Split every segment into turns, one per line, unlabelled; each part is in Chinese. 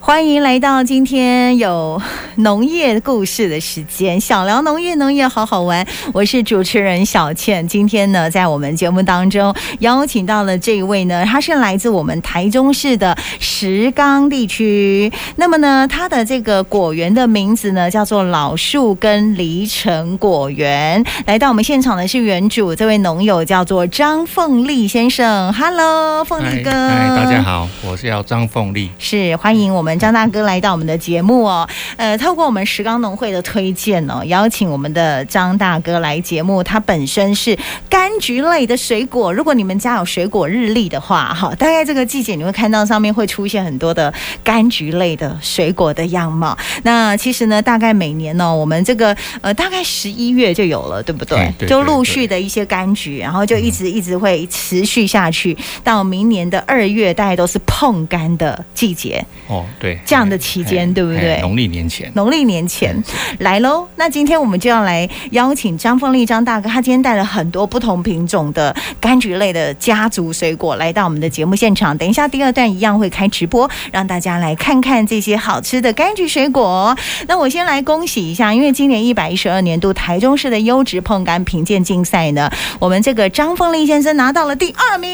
欢迎来到今天有农业故事的时间，想聊农业，农业好好玩。我是主持人小倩，今天呢，在我们节目当中邀请到了这一位呢，他是来自我们台中市的石冈地区。那么呢，它的这个果园的名字呢，叫做老树根离城果园。来到我们现场的是园主，这位农友叫做张凤利先生。Hello，凤利哥，
嗨，大家好，我是要张凤丽。
是欢迎我们张大哥来到我们的节目哦。呃，透过我们石冈农会的推荐哦，邀请我们的张大哥来节目。他本身是柑橘类的水果，如果你们家有水果日历的话，哈，大概这个季节你会看到上面会出现很多的柑橘类的水果的样貌。那其实呢，大概每年呢、我们这个呃，大概十一月就有了，对不对？
哎对嗯
就
对
陆
对
续的一些柑橘，然后就一直一直会持续下去，到明年的二月，大概都是碰柑的季节。
哦，对，
这样的期间
哎
对不对
哎农历年前，
农历年前来喽。那今天我们就要来邀请张凤丽张大哥，他今天带了很多不同品种的柑橘类的家族水果来到我们的节目现场。等一下第二段一样会开直播，让大家来看看这些好吃的柑橘水果。那我先来恭喜一下，因为今年一百一十二年度台中市的优质碰柑评鉴竞赛呢，我们这个张凤丽先生拿到了第二名。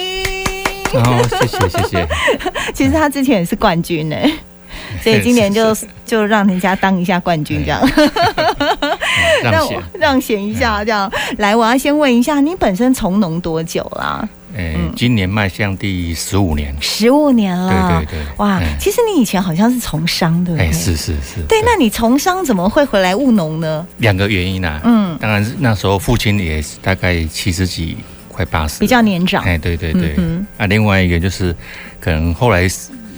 然后哦谢谢谢 谢，
其实他之前也是冠军呢、所以今年就就让人家当一下冠军这样。
让
让
贤
我，让贤一下，这样来，我要先问一下，你本身从农多久啦？
哎，
嗯
今年迈向第十五年，
十五年
对
了，
对对，
哇
哎，
其实你以前好像是从商，对不啊对？
哎，是是是，
对，那你从商怎么会回来务农呢？
两个原因啊，
嗯，
当然是那时候父亲也是大概七十几，快八十，
比较年长，
哎，对对对
嗯，
啊，另外一个就是可能后来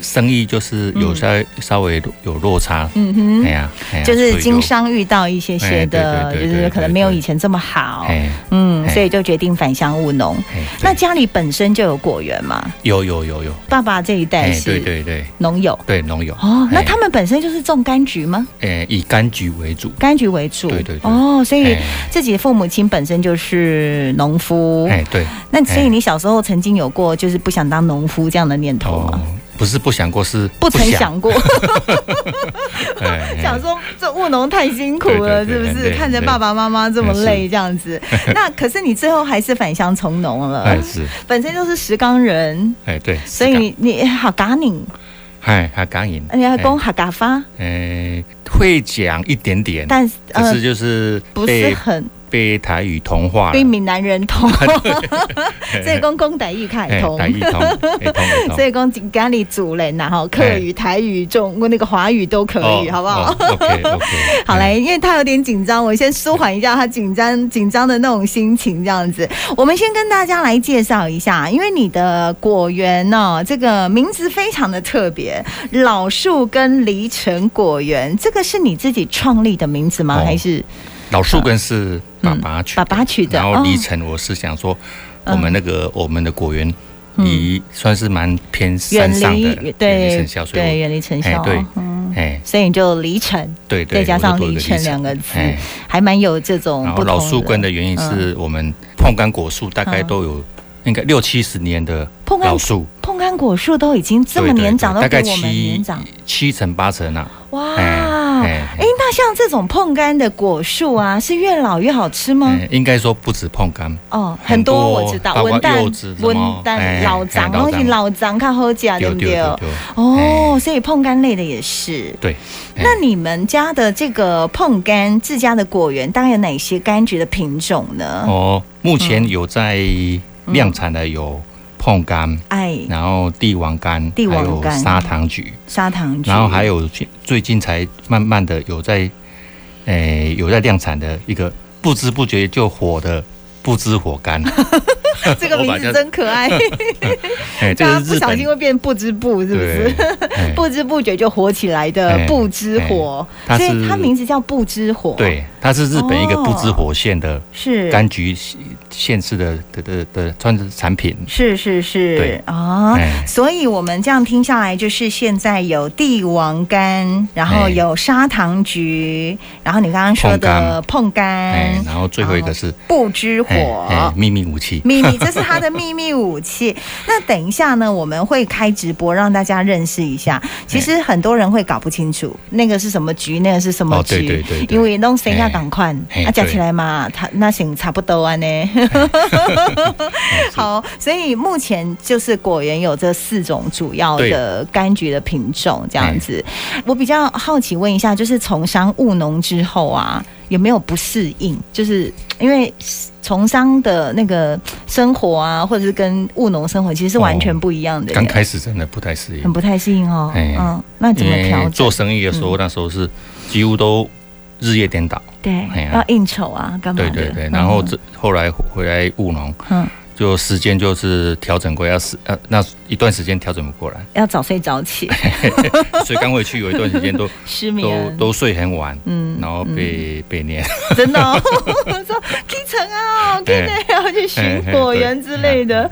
生意就是有稍稍微有落差，
嗯
哎
哼，
呀，哎呀
就是经，商遇到一些些的，
哎
就
对对对对
是可能没有以前这么
所
好
以就，哎
嗯，
哎
所以就决定返乡务农。
哎，
那
那
家里本身就有果园嘛，
有有有有，
爸爸这一代
哎，对
是
对对
农友。
对，农友
哦，那
哎
他们本身就是种柑橘吗？
诶、以柑橘为主。
柑橘为主，
对对对
哦，所以
哎
自己父母亲本身就是农夫，
哎，对，
那所以
哎
你小时候曾经有过就是不想当农夫这样的念头
哦
吗？，
不是不想过，是
不曾想过，
哎，
想
哎
说这务农太辛苦了，
对
是
对
不
对
是？
对
看着
对
爸爸妈妈这么
哎是
累，这样 子。那可是你最后还是返乡从农了
哎，是，
本身就是石冈人，
哎 对，
所
是
以你好嘎宁，
这样哎，他刚赢，
你还讲
哎
哈嘎发，
哎，会讲一点点，
但是
可
呃
是就是
不是
被
很
被台语同化了
被，闽南 人通，
哎
所以公公歹意
哎
开通。
台语 同，哎同哎同
所以讲咖喱族人呐，啊哈，客语、台语、中那个华语都可
哦
以，好不好？
？OK OK，
好嘞，因为他有点紧张，我先舒缓一下他紧张紧张的那种心情，这样子。我们先跟大家来介绍一下，因为你的果园哦，这个名字非常的特别，老树根离城果园，这个是你自己创立的名字吗？
哦
还是
老树根是爸爸取的，
爸爸取的
然后
哦
离城，我是想说，
嗯
我们那个我们的果园离算是蛮偏山
远
上的，
离
远离
对
城郊，所
对
以
远离城
哎
乡，
对
嗯
我，哎
所以你就离城，
对对，
再加上
我就多一
离城
离
两个字
哎，
还蛮有这种
然
不
后
同嗯
老树根的原因是我们碰柑果树大概都有应该六七十年的
碰柑
老树，
碰柑果树都已经这么
对对
年长，
对
都
大概
比我们年
七
长，
七成八成啊，
哇！哎、
哎哎
那像这种碰柑的果树啊，是越老越好吃吗？
哎应该说不止碰柑，
哦，很多我知道，
包括
文旦
柚子、什么
文
哎
旦、
哎
老张，
老
然后
张
是老张看喝假，对
对
不对？
对
哦，
哎
所以碰柑类的也是。
对，哎
那你们家的这个碰柑自家的果园，大概有哪些柑橘的品种呢？
哦，目
嗯
前有在量产的有碰柑，
哎，
然后帝王柑，
帝王柑
还有砂糖橘，
砂糖橘，
然后还有最最近才慢慢的有在，诶、有在量产的一个不知不觉就火的不知火柑，
这个
我
名
把
字
它
真可爱，
哎、 这
大家
个是
不
日
小
本
心会变不知不，是不是？
对哎
不知不觉就火起来的
哎
不知火，
哎它
所
是
以它名字叫不知火。，
对，它是日本一个
哦
不知火县的
是
柑橘县市的的的的专的产品，
是是是
对
啊。
哎
所以我们这样听下来，就是现在有帝王柑，然后
哎
有砂糖橘，然后你刚刚说的碰柑，
哎，然后最后一个是
不知
哎
火
哎，秘密武器，
秘密秘，这是他的秘密武 器。那等一下呢，我们会开直播让大家认识一下。其实很多人会搞不清楚那个是什么局，那个是什么
哦
局，
对对对对
因为弄谁要赶快，
嘿
啊，加
对
起来嘛，他那行差不多啊呢。 好，所以目前就是果园有这四种主要的柑橘的品种，这样子。我比较好奇问一下，就是从商务农之后啊，有没有不适应？就是因为从商的那个生活啊，或者是跟务农生活其实是完全不一样的耶，
刚开始真的不太适
很
应，
不太适应哦。
哦哎
嗯，那怎
因
么
为
调
做
整？
生意的时候，那时候是几乎都日夜颠倒，
对
哎，呀
要应酬啊，干嘛
对
的？
对对。
嗯
然后这后来回来务农，
嗯，
就时间就是调整过，要是呃那一段时间调整不 过来，
要早睡早 起，
所以刚回去有一段 时间都
失
都
眠。
都睡很晚，
嗯
然后被被 念，
真的、 哦，我说基层啊，可以
哎
要去巡 果园之类
嗯
的。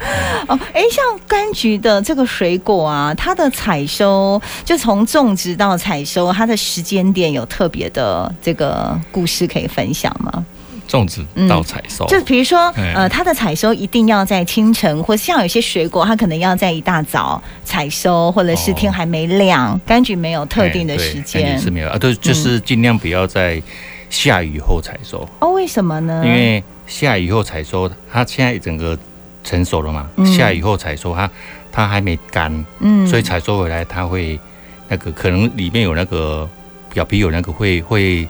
哦，哎，像柑橘的这个水果啊，它的采收就从种植到采收，它的时间点有特别的这个故事可以分享吗？
种植
嗯
到采收，
就比如说，
哎
呃，它的采收一定要在清晨，或像有些水果，它可能要在一大早采收，或者是天还没亮。柑橘没有特定的
哎对
时
肯
间嗯
定是没有啊，对，就是尽量不要在下雨后采收，
哦，为什么呢？
因为下雨后采收，它现在整个成熟了嘛，
嗯
下雨后采收它它还没干，
嗯
所以采收回来它会那个可能里面有那个表皮有那个会会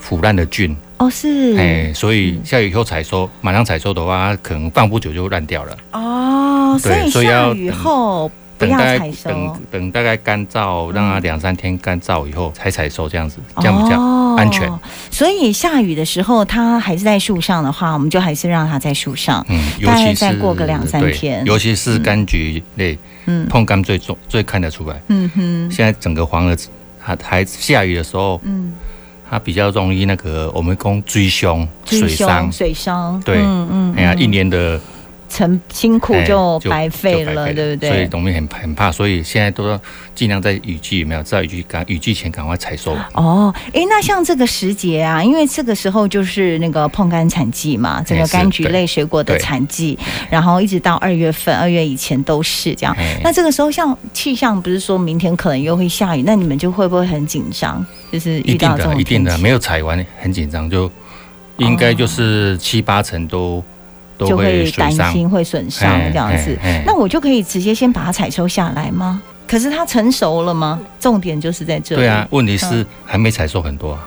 腐烂的菌，
哦是
哎，所以下雨后采收，马上采收的话，它可能放不久就烂掉了。
哦，所
对
以
所以要
下
嗯
雨后不
等
要
大概
采收，嗯
等等大概干燥，让它两三天干燥以后才采收，这样子，这样比较
哦
安全。
所以下雨的时候，它还是在树上的话，我们就还是让它在树上。
嗯，尤
大概
其
再
是
过个两三
对
天
尤其是柑橘类，
嗯
碰柑最重最看得出来。
嗯哼，
现在整个黄的还还下雨的时候，
嗯，
它比较容易那个我们讲追凶、
追
水伤
凶，水伤，
对
嗯嗯，
哎呀，一年的
成辛苦
哎
就
就
白费了，对不
所以
对？
农民很很怕，所以现在都要尽量在雨季有没有，在雨季赶雨季前赶快采收。
哦，哎，那像这个时节啊，因为这个时候就是那个碰柑产季嘛，整个
哎是
柑橘
对
类水果的
对
产季，然后一直到二月份，二月以前都是这样。
哎
那这个时候，像气象不是说明天可能又会下雨，那你们就会不会很紧张？就是
一
遇
定
到这种
的，一定的，
天气
没有采完很紧张，就应该就是七八成都都
哦就
会
会
水
担
伤。
心会损伤
哎
这样子。
哎哎
那我就可以直接先把它采收下来吗？可是它成熟了吗？重点就是在这里。
对啊，，问
嗯
题是还没采收很多啊，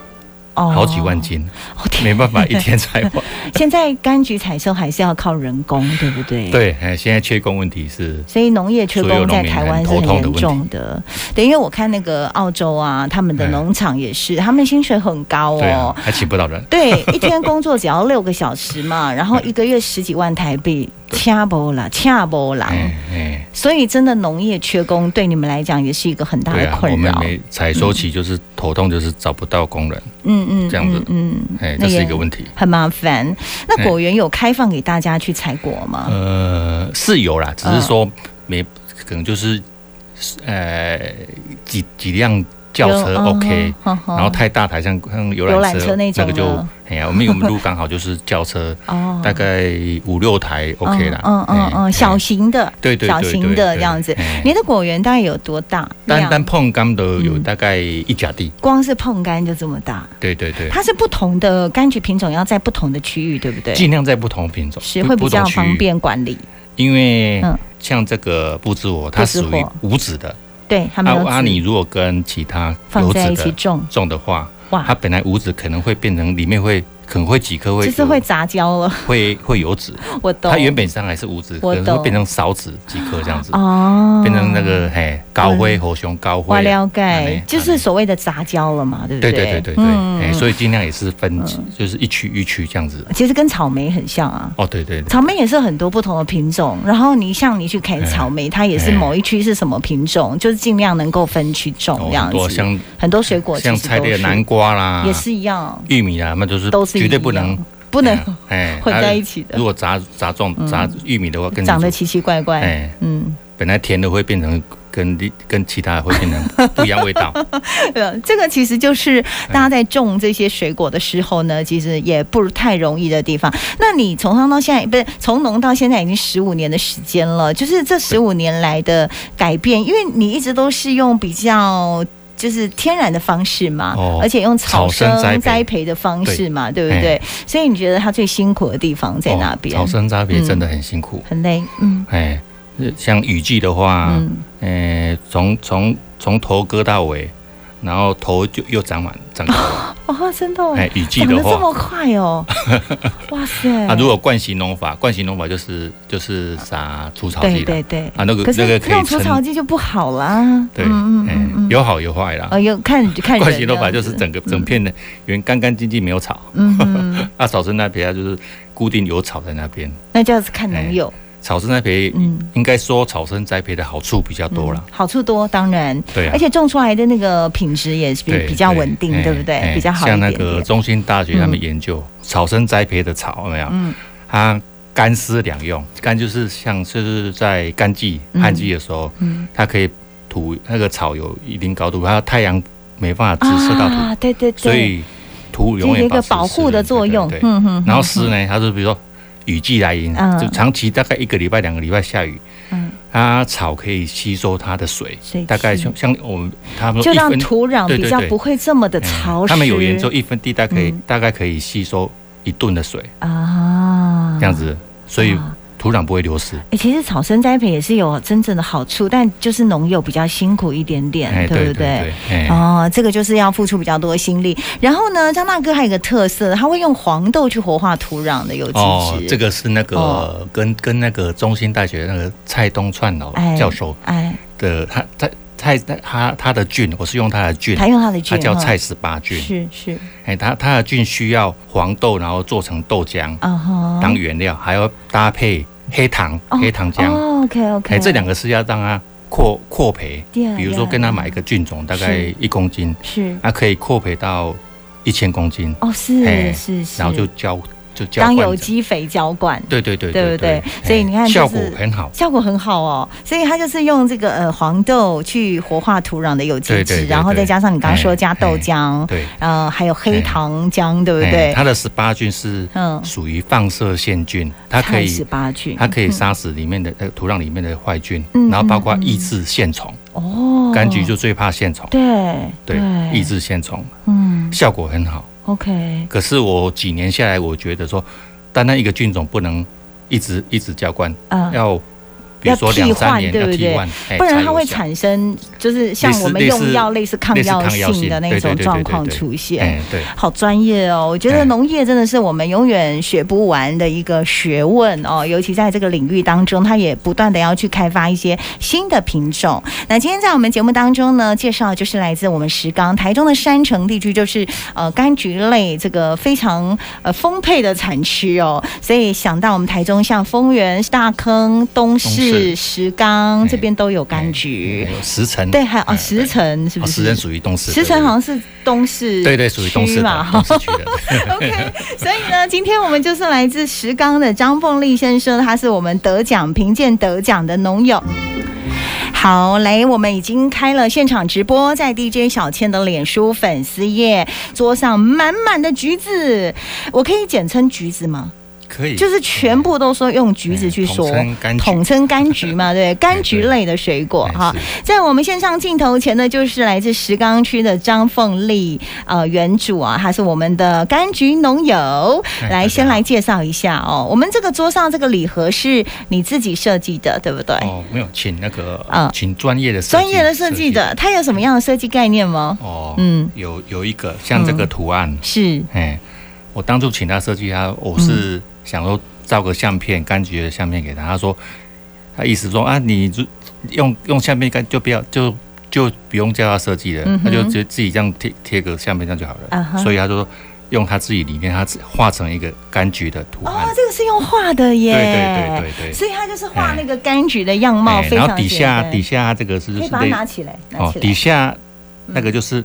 哦
好几万。斤，
哦天，
没办法一天采 完。
现在柑橘采收还是要靠人工，对不对？。
对，哎，现在缺工问题是
所以农业缺
所
工
有
在
农民
台湾
很
是
头
很
痛的
严
问题
重的，对，因为我看那个澳洲啊，他们的
哎
农场也是，他们薪水很高
对啊
哦，，
还请不到人。
对，一天工作只要六个小时嘛， 然后一个月十几万台币，掐不啦，掐不啦。
哎哎，
所以真的农业缺工对你们来讲也是一个很大
对
的
啊，
困
我们
扰。
没采收期就是头痛，就是找不到工人，
嗯嗯
这样子
嗯，嗯
哎，
那
这是
也
一个问题。
很麻烦。那
哎
果园有开放给大家去采果吗？嗯
呃，是有啦，只是说没，可能就是呃几几辆轿车
有
OK，
嗯哼
然后太大台像像游
游
览
览
车
车那种
个就
了
哎呀，我们我们路刚好就是轿车，
哦
大概五六台 OK 啦。
嗯嗯嗯
哎
嗯，小
哎
型的，
对对对
小型的这样子。你
你
的果园大概有多大？
单
量
单碰柑的有
嗯
大概一甲地，
光是碰柑就这么大，
对对对，
它是不同的柑橘品种要在不同的区域，对不对？
尽量在不同品种，
是
不
会比较
不同区域
方，便管理，
因为
嗯
像这个不知我，它
不知
属于
火
无籽的，
对，它没有
啊
籽
啊，你如果跟其他
放
有籽
在一起
的
种，
种的话，它
哇，
本来无籽可能会变成里面会可能会几颗会
就是
有
会杂交了，
会会有籽，
我懂。
它原本上来是无籽，
我
可能
懂
会变成少籽几颗这样子，
哦，嗯
变成那个嘿高灰猴熊高
我
灰啊，
了
安
解
尼，
就是所谓的杂交了嘛，对不嗯
对
对
对对对对，哎，所
以
以尽量也是分就是一区一区这样子。
其实跟草莓很像啊。
哦，对对对，
草莓也是很多不同的品种，然后你像你去砍
哎
草莓，它也是
哎
某一区是什么品种，就是尽量能够分区种
哦
这样
很多
子。
像
很多水果
像
其实
菜
都
类的
是
南啊瓜啦，
也是一样，
玉米啦，那就是
都是
绝对
一
不能
样不能
哎
混在一。
啊
起的嗯
如，果砸砸中砸玉米的话，更
长得
清
奇
楚
奇怪怪。
哎，
嗯，
本来甜的会变成跟另跟其他的会 变成不一样味道。
呃，这个其实就是大家在种这些水果的时候
哎
呢，其实也不太容易的地方。那你从商到现在，不是从农到现在已经十五年的时间了，就是这十五年来的改变，因为你一直都是用比较。就是天然的方式嘛，
哦
而且用草生
草生栽培
栽培的方式嘛，对不对？所以你觉得它最辛苦的地方在哪边？嗯
哦、草生扎别真的很辛苦，
很累，嗯
哎、像雨季的话，
嗯，
哎、从从从头割到尾，然后头就又长满长高了。
哦，真的哦，
哎、雨季
长得
的
这
话，
么快 哦，哇塞！
啊，如果惯性农法，惯性农法就是就是撒除草
对
剂的
对对，
啊，那个
可
那
是
个可以
用除草
称
剂就不好啦。
对，
嗯嗯
哎
嗯嗯，
有好有坏啦。
哦，有看 看人
惯性农法
这
就
样
是
子
整个整片的原干干净净没有草，
嗯哼，
啊，草生那边它就是固定有草在那边，
那就要是看农友，
草生栽培
嗯，
应该说草生栽培的好处比较多啦，
嗯好处多，当然，
对啊
而。且种出来的那个品质也是比
对
比较稳定，对不
哎
对？比较好一
像
点
那
点。
个中兴大学他们研究草生栽培的草，有没有？
嗯
它干湿两用，干就是像就是在干季、
嗯
旱季的时候，
嗯，
它可以土那个草有一定高度，它太阳没办法直射到土，
啊，对对对，
所以土
这
永
有
远
一个
持
保护的
湿
作
润
用
对。对对
嗯哼，
然后湿呢，它是比如说雨季来临，
嗯
就长期大概一个礼拜、两个礼拜下雨，
嗯，
它草可以吸收它的水，
水
大概
汽
像像我们他们
就
一
让
分
土壤
对
比
对
较
对
不会这么的
哎
潮湿。
他们有研究，一分地带可以、
嗯
大概可以吸收一吨的水，
啊，
这样子，所以
啊
土壤不会流失。
哎、其实草生栽培也是有真正的好处，但就是农友比较辛苦一点点，
哎、
对不
对对，哎、
哦，这个就是要付出比较多心力。然后呢，张大哥还有一个特色，他会用黄豆去活化土壤的有机质。
哦，这个是那个、
哦
跟跟那个中兴大学那个蔡东串老
哎
教授
哎，
的，他他蔡他他的菌，我是用他的菌，
他用他的菌
他
哈，
叫蔡十八菌，
哦是是，
哎，他他的菌需要黄豆，然后做成豆浆
啊哈，
当原料，还要搭配黑糖、
哦
黑糖浆，
哦，OK OK，
哎，这两个是要让它扩扩培，
Yeah，
比如说
yeah，
跟他
yeah
买一个菌种，大概
哎是
一公斤，
是
它可以扩培到一千公斤，
哦是
哎
是是，
然后就浇就浇
当
灌
有
着，
机肥浇灌，
对对对
对不对所以你看
哎
就是
效果很好，
效果很好哦，所以它就是用这个呃黄豆去活化土壤的有机
对对
质，
对
然后再
对
加上你刚刚说
哎
加豆浆，
对，
嗯，还有黑
哎
糖浆，对不
哎
对？
它的十八菌是
嗯，
属于放射线菌，它可
十
以
八菌，
它可以杀死里面的呃土壤里面的坏菌
嗯，
然后包括
嗯嗯
抑制线虫，
哦，
柑橘就最怕线虫，
对
对，抑制线虫
嗯
效果很好。
，OK，
可是我几年下来，我觉得说，单单一个菌种不能一直一直浇灌，
嗯、
要比如说
要替换
两三年
对不对
要替换，哎
不然它会。
才有效
产生就是像我们
类似
用药类似抗药性的那种状况出现。
哎，对，
好专业哦！我觉得
哎
农业真的是我们永远学不完的一个学问哦，尤其在这个领域当中，它也不断的要去开发一些新的品种。那今天在我们节目当中呢，介绍就是来自我们石冈台中的山城地区，就是呃柑橘类这个非常呃丰沛的产区哦，所以想到我们台中像丰原、大坑、东
东
市、
市
石冈
哎
这边都有柑橘
哎，有十层，
对，还有哦
哎
石，城是
对
不
哦
是？
石城属于东市，
石城好像是东市，
对对，属于东市的
嘛，
东市区的。
OK，所以呢，今天我们就是来自石冈的张凤丽先生，他是我们得奖评鉴得奖的农友。好，来，我们已经开了现场直播，在 DJ 小倩的脸书粉丝页，桌上满满的橘子，我可以简称橘子吗？
可以，
就是全部都说用橘子去说，
嗯哎统称柑
统
橘
称柑橘嘛，对，柑橘
对
类的水果
哎
哈。
是
在我们线上镜头前呢，就是来自石冈区的张凤丽呃园主啊，他是我们的柑橘农友，
哎大
来
家
先
好
来介绍一下哦。我们这个桌上这个礼盒是你自己设计的，对不对？
哦，没有，请那个
哎嗯，
请专业的设计
专业的设计的，它有什么样的设计概念吗？
哦，
嗯，
有有一个像这个
嗯
图案，
是
哎，我当初请他设计他，我是
嗯
想说照个相片，柑橘的相片给他。他说，他意思说啊，你就用用相片干就不要就就不用叫他设计了，
嗯哼
他就直接自己这样贴贴个相片这样就好了。
啊哈
所以他就说用他自己里面他自画成一个柑橘的图案，
哦，这个是用画的耶，
对对对对对。
所以它就是画
哎
那个柑橘的样貌，
哎
非
然
常
后底
简
下
单
底下这个是
可
就
以
是
把它
类
拿起来，拿嗯
哦
起，来
底下那个就是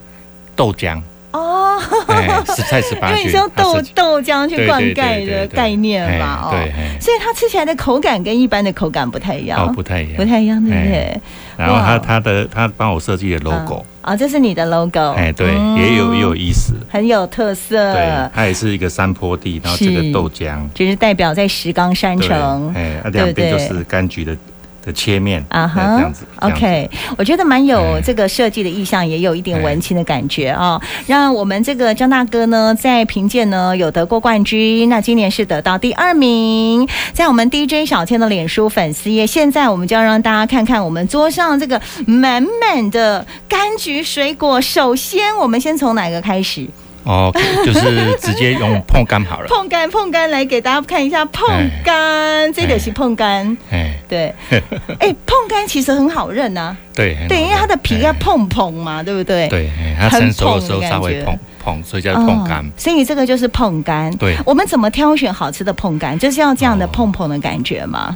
豆浆，
哦，
哎，十菜十
因
八
为
句，
你是用
它
豆
是
豆浆去
对
灌
对对
溉
对
的
对
概念
哎
嘛，哦
对，，哎
所以它吃起来的口感跟一般的口感不太一
哦
样，
不太一
不
样。
太一样，对不
哎
对？
然后
哇
他他的他帮我设计的 logo，
啊，这是你的 logo，
哎，对，
嗯
也有也有意思。
很有特色，
对，它也是一个山坡地，然后这
是
个豆浆，
就是代表在石冈山
对，
城。
哎，啊
对
两边就
对
是柑橘的的切面，
啊
哎
哈
这样子这样子
，OK，我觉得蛮有
哎
这个设计的意向，也有一点
哎
文青的感觉啊、让我们这个张大哥呢，在评鉴呢有得过冠军，那今年是得到第二名。在我们 DJ 小天的脸书粉丝页，现在我们就要让大家看看我们桌上这个满满的柑橘水果。首先，我们先从哪个开始？
哦，就是直接用碰柑 好了，
碰柑，碰柑，来给大家看一下碰柑，这个是碰柑。
哎，
对，哎，碰柑其实很好认啊呐、
对，很
对，
好
因为它的
看
皮
哎
要碰碰嘛，对不对？
对，哎它
很
成熟
碰
的
的
时候
感
稍微
觉
碰碰，所以叫
哦，
碰柑。
所以这个就是碰柑。
对
我们怎么挑选好吃的碰柑？就是要这样的
哦
碰碰的感觉嘛。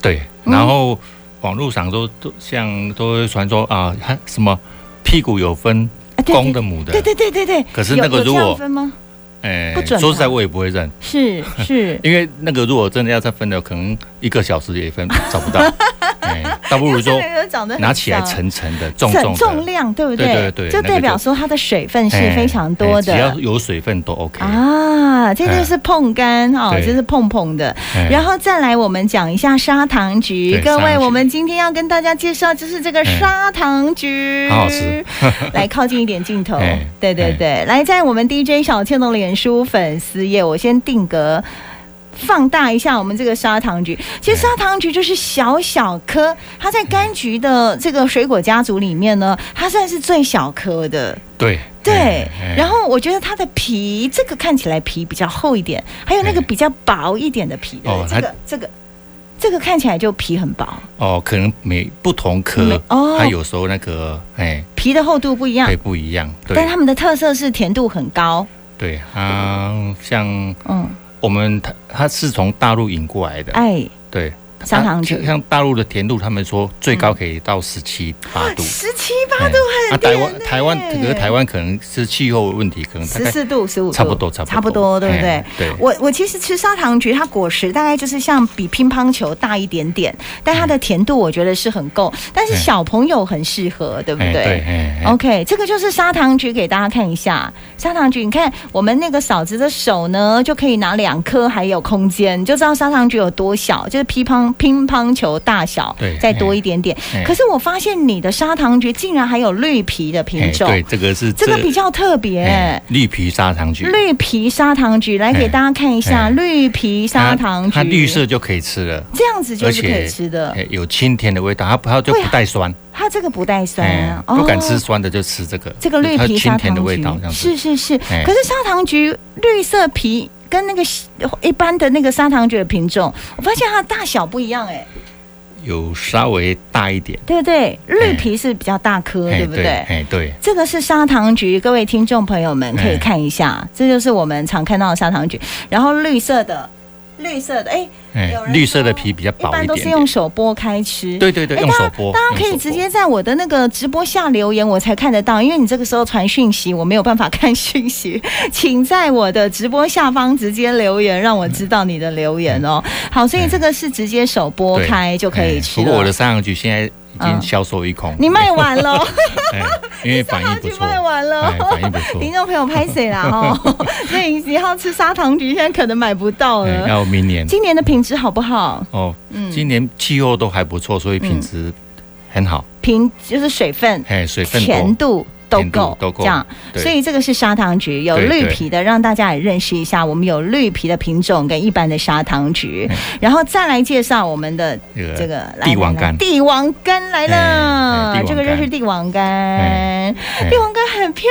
对，
嗯
然后网络上都都像都会传说啊，它什么屁股有分
啊，对
公的母的
对，对对对对。
可是那个
有有
如果
这样分吗？
哎
不准
说实在
吧
我也不会认，
是 是。
因为那个如果真的要再分的，可能一个小时也分找 不到，哎，倒不如
这
说
两个长得很
拿起来
像
沉沉的、重
很
重
重
的，
量，对不
对对对
就
那个
代表
就
说它的水分是
哎
非常多
哎只
的
要。有水分都 OK。
啊，这就是碰柑哦，
对
这是碰碰的。
哎
然后再来，我们讲一下砂糖橘
对。
各
砂
位，
糖橘
我们今天要跟大家介绍就是这个
哎
砂糖橘，
好好吃。
来靠近一点镜头
哎，
对对
哎
对，来在我们 DJ 小倩的脸书粉丝页，我先定格。放大一下我们这个砂糖橘，其实砂糖橘就是小小颗，它在柑橘的这个水果家族里面呢，它算是最小颗的。
对哎
对，然
后
后我觉得它的皮，这个看起来皮比较厚一点，还有那个
哎
比较薄一点的皮，对不
哦
对这个这个这个看起来就皮很薄，
哦，可能每不同
每
科，
哦
它有时候那个哎
皮的厚度不一样
会，不一样，
但
对
它们的特色是甜度很高。
对啊，像
嗯，
我们它它是从大陆引过来的，
哎，
对，
砂糖
它
橘
像大陆的甜度，他们说最高可以到十七八度，
十七八度
啊，
很
台
甜
湾
呢
台湾可是台湾可能是气候问题，可能大
十
概
四度、十五度，
差不多差不多
差不多，对不对
哎？对
我我其实吃砂糖橘，它果实大概就是像比乒乓球大一点点，但它的甜度我觉得是很够，但是
嗯哎
小朋友很适合，对不
哎
对？哦
对哎哎
OK，这个就是砂糖橘，给大家看一下砂糖橘。你看我们那个嫂子的手呢，就可以拿两颗，还有空间，你就知道砂糖橘有多小，就是乒乓乒乓球大小，
对
再多一点点。
哎
可是我发现你的砂糖橘竟然还有绿皮的品
哎
种，
对，这个是
这个比较特别、
哎绿皮砂糖橘，
绿皮砂糖橘，来
哎
给大家看一下、
哎
绿皮砂
它
糖橘，
它绿色就可以吃了，
这样子就是可
而
以
且
吃的。
哎有清甜的味道，它它就
会
不带酸，
它这个不带酸、
哎
啊，
不敢吃酸的就吃这个，
这个绿
它
皮砂糖
清甜
橘
的味道，这样子
是是是。
哎
可是砂糖橘绿色皮跟那个一般的那个砂糖橘的品种，我发现它的大小不一样哎、
有稍微大一点，
对不对？
哎
绿皮是比较大颗，对不对？
哎对，
这个是砂糖橘，各位听众朋友们可以
哎
看一下，这就是我们常看到的砂糖橘。然后绿色的，绿色的，哎，
哎
有人
绿色的
说
皮比较
一
薄
般
一
都是
点
用
点，
手剥开吃。
对对对，
哎
用手
大
剥，
大家可
用
以
手
直
剥
接在我的那个直播下留言，我才看得到，因为你这个时候传讯息，我没有办法看讯息，请在我的直播下方直接留言，让我知道你的留言哦。好，所以这个是直接手剥
嗯对
开就可以
哎
吃
不过我的
了。
三行菊现在已经
嗯
销售一空，
你卖完了，
哎，因为反应不
去
错，
卖完
哎，
了。
反应不 错，
听众朋友拍谁啦？哦， 所以你要吃砂糖橘，现在可能买不到
哎，
了。
要明年
今年的品质好不好？
哦，
嗯，
今年气候都还不错，所以品质很好，
品就是水分、
哎，水分
嗯甜
多，
度都
甜度
够，
都够
这样。
对
所以这个是砂糖橘，有
对
绿皮的，让大家也认识一下，我们有绿皮的品种跟一般的砂糖橘
嗯，
然后再来介绍我们的
这个
这个来
帝王
来来
柑
帝王柑来
哎
了
哎，帝王柑
这个就是帝王柑，
哎哎
帝王柑很漂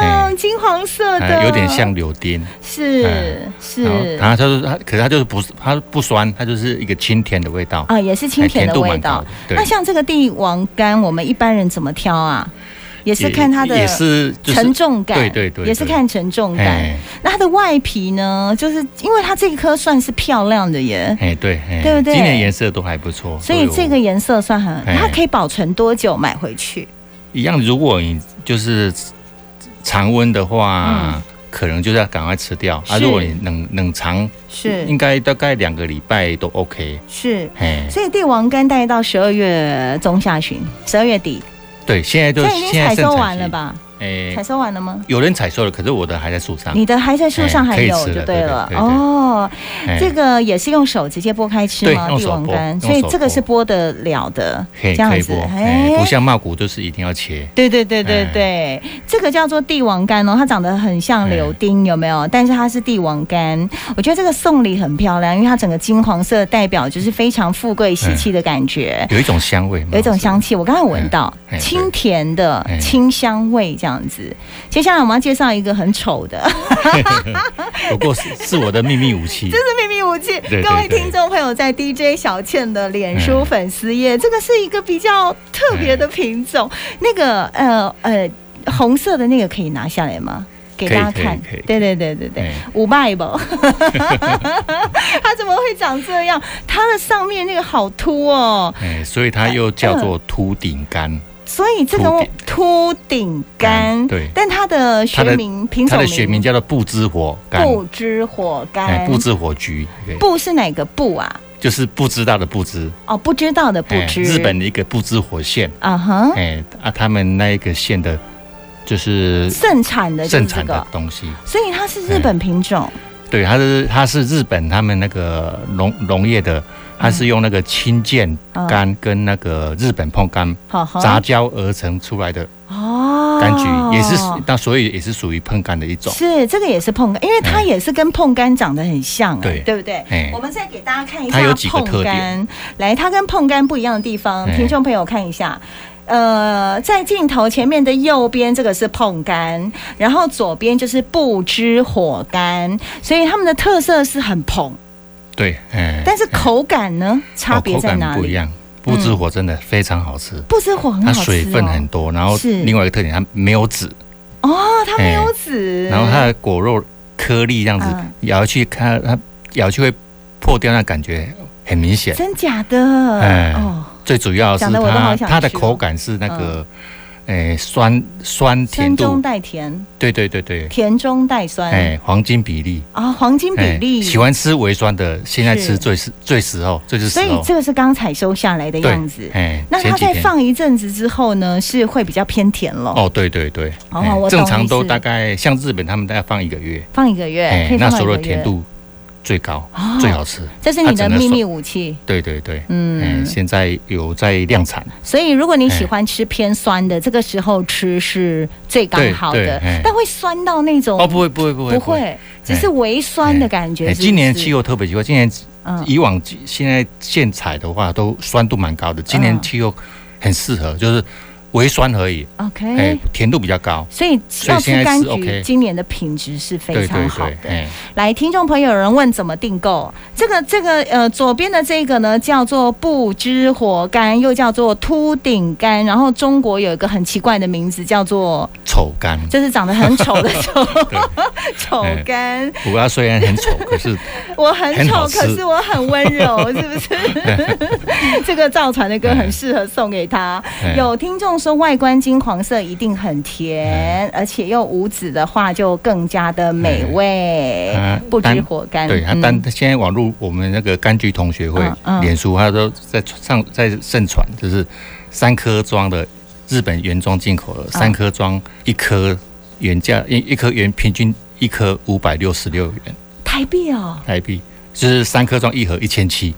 亮，金黄色的，
哎有点像柳丁，
是
哎然
是
后然后它就是它，可是它就是不是它不酸，它就是一个清甜的味道，
啊，也是清
哎
甜的
度
味
蛮
道
高。的
那
对，
像这个帝王柑，我们一般人怎么挑啊？也是看它的
也是就是
沉重感，
对对对
也是
对
看沉重感。
哎
那它的外皮呢，就是因为它这一颗算是漂亮的耶，
哎对，哎
对不对
今年颜色都还不错，
所以这个
我
颜色算很，
哎
它可以保存多久买回去？
一样，如果你就是常温的话，
嗯
可能就是要赶快吃掉啊。
是
如果你冷冷藏，
是
应该大概两个礼拜都 OK。
是，
哎，
所以帝王柑大概到十二月中下旬，十二月底，
对，现在就
这已经
现在
采
盛
收
产
完
期
了？吧？
哎
采，收完了吗？
有人采收了，可是我的还在树上。
你的还在树上
啊哎
还
可以
有
吃
就
了
对
对对
了
对对
哦，
哎
这个也是用手直接剥开吃
对
吗？
用
帝
手
王
剥
柑，
用
所以
手
这个
剥
是剥得了的，
可以
这样
可以
子
剥，
哎
哎，不像茂谷就是一定要切。
对对对对
哎
对，这个叫做帝王柑哦，它长得很像
哎
柳丁，有没有？但是它是帝王柑，我觉得这个送礼很漂亮，因为它整个金黄色代表就是非常富贵喜气的感觉。
有一种香味，
有一种香气，我刚才闻到
嗯哎哎对
清甜的
哎
清香味这样子。接下来我们要介绍一个很丑的，
不过是是我的秘密武 器
这。是秘密武器。
对对
各位
对
听众朋友，在 DJ 小倩的脸书
嗯
粉丝页，这个是一个比较特别的品种。
嗯
那个呃呃，红色的那个可以拿下来吗？给
可以
大家
可以
看
可以，
对对对对对
哎，
五脉 吧，它怎么会长这样？它的上面那个好凸哦，
哎，所以它又叫做
嗯
秃顶柑，
所以这个秃顶柑，
嗯对
但它的
它
学
的
名品
它
种
的学名叫做不知火柑
不，知火
哎，
柑，
不知火菊，对
不是哪个不啊？
就是不知道的不知，
哦，不知道的不
哎
知，
日本的一个不知火县，
啊哈，
哎啊，他们那一个县的，就是
盛产的就是
盛
这
产的
个，
东西。
所以它是日本品种，
对，它是它是日本他们那个农农业的，它是用那个青剑
嗯
柑跟那个日本碰柑
好好
杂交而成出来的
哦，
柑橘，也是那所以也是属于碰柑的一种。
是这个也是碰柑，因为它也是跟碰柑长得很像，哎
对
对不对？
哎
我们再给大家看一
它有
下
几个
碰
特
柑
点，
来，它跟碰柑不一样的地方，
哎
听众朋友看一下。呃，在镜头前面的右边这个是碰柑，然后左边就是不知火柑，所以它们的特色是很碰，
对，哎，
但是口感呢差
哦
别
口
在
感
哪
不一
里？
样，不知火真的非常好吃，
不知火很
它
好吃、哦，
水分很多，然后
是
另外一个特点它没有籽，
哦，它没有籽，
哎然后它的果肉颗粒这样子
嗯
咬下去，看它咬下去会破掉，那感觉很明显。
真假的，
哎
哦，
最主要是
讲得我都好
它
想
它的
吃哦
口感是那个，诶酸酸
酸
甜
中
度，
带甜，
对对对对，
甜中带酸，
哎黄金比例，
啊，黄金比例，
哎喜欢吃微酸的，现在
是
吃最是最时候，最是时
所以
候。
这个是刚采收下来的样子。
哎，
那
哦前
它
几
再
天
放一阵子之后呢，是会比较偏甜了。
哦，对对对，
哦
哎
我懂
正常
意
都
思
大概像日本他们大概放一个月，
放一个月，可以
哎那
放
时
到一
候
个
的
月
甜，度最高，
哦
最好吃。
这是你
它
的
整个
秘
手
密武器。
对对对，哎，
嗯，
现在有在量产，
所以如果你
哎
喜欢吃偏酸的，这个时候吃是最刚
对
好
对
的
哎，
但会酸到那种
哦，不会不会不会
不，会，只是微酸的感觉。
哎，
是不
今年
是
气候特别奇怪，今年
嗯
以往现在现采的话都酸度蛮高的，
嗯
今年气候很适合，就是微酸而已，哎
，OK，，
甜度比较高。
所以
所以
要吃
现在
柑
是
橘，
OK
今年的品质是非
对
常
对
好
对，
的。
哎，
来，听众朋友有人问怎么订购？这个这个呃，左边的这个呢叫做不知火柑，又叫做秃顶柑，然后中国有一个很奇怪的名字叫做，
丑柑，
就是长得很丑的丑
对，
丑柑。
不过它啊虽然很丑，可是
我很
很
丑，
好吃
可是我很温柔，是不 是？这个赵传的歌很适合送给他。
哎
有听众说外观金黄色一定很甜，
哎
而且又无籽的话就更加的美味。
嗯
不知
单
火柑，
对他
嗯
单现在网络我们那个柑橘同学会
嗯嗯
脸书，他都在上在盛传，就是三颗装的日本原装进口的，三颗装一颗原价一一颗原平均一颗五百六十六元
台币哦，
台币，就是三颗装一盒一 千七。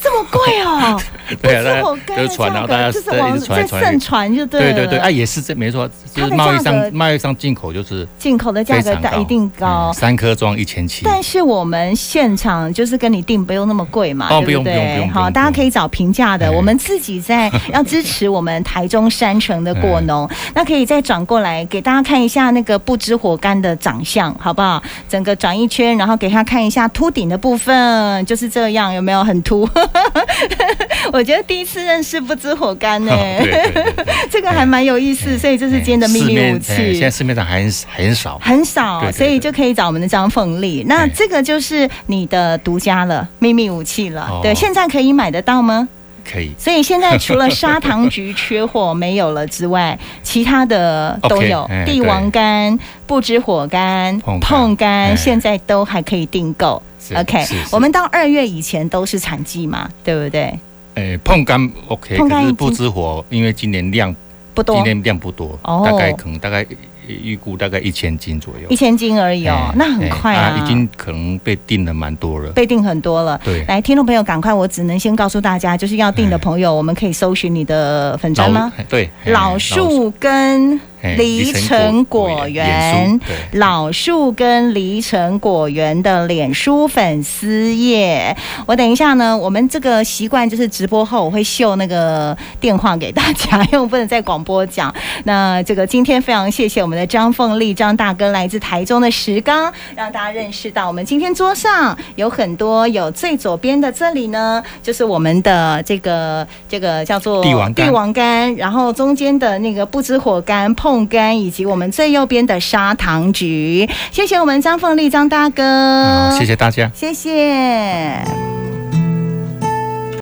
这么贵哦！
对啊，
不
大
是
家就
我
是传
刚
啊，
才
大家
这个
就
就是网
一直
在
传传
盛
一直。
传就对
对
了。
对对，啊，也是这没错，
它
就是
的
贸
价
易
格
上贸易上进口就是
进口的价
非
格
常
大
高，
一定高
嗯。三颗装一千七。
但是我们现场就是跟你订，不用那么贵嘛，
哦
对
不用不用不
对？
用不
好，
用
大家可以找平价的。
哎
我们自己 在要支持我们台中山城的果
嗯
农，那可以再转过来给大家看一下那个不知火柑的长相，好不好？整个转一圈，然后给他看一下秃顶的部分，就是这样，有没有很秃？ 我觉得第一次认识不知火柑呢、
对对对对
这个还蛮有意思，所以这是今天的秘
市
密
面
武
哎现在
器。
市面上还很还很少，
很少，
对对对
所以就可以找我们的张凤丽。那
哎
这个就是你的独家了，秘密武器了。
哦
对，现在可以买得到吗？
可以。
所以现在除了砂糖橘缺货没有了之 外，其他的都
OK，
有
哎
帝王柑、不知火柑、
碰柑
碰柑，
哎
现在都还可以订购。
是
OK，
是是
我们到二月以前都是产季嘛，对不对？
诶、碰柑 OK，
碰柑
可
已
是
经
不知火，因为今年量
不
今
多，
年量不多，
哦
大概可能大概预估大概一千斤左右
一。千斤而已哦
哎，
那很
哎
快啊，
已经可能被定了蛮多了。
被定很多了。
对，
来，听众朋友，赶快！我只能先告诉大家，就是要订的朋友，我们可以搜寻你的粉
老
砖吗？
哎对，哎
老树跟
哎
梨城果园
脸书对，
老树跟梨城果园的脸书粉丝页。我等一下呢，我们这个习惯就是直播后我会秀那个电话给大家， 因为我不能在广播讲。那这个今天非常谢谢我们的张凤丽张大哥，来自台中的石冈，让大家认识到我们今天桌上有很多有最左边的这里呢，就是我们的这个这个叫做
帝王柑
帝王柑，然后中间的那个不知火柑、碰柑，以及我们最右边的砂糖
啊
橘。谢谢我们张凤丽张大哥，
好，谢谢大家。
谢谢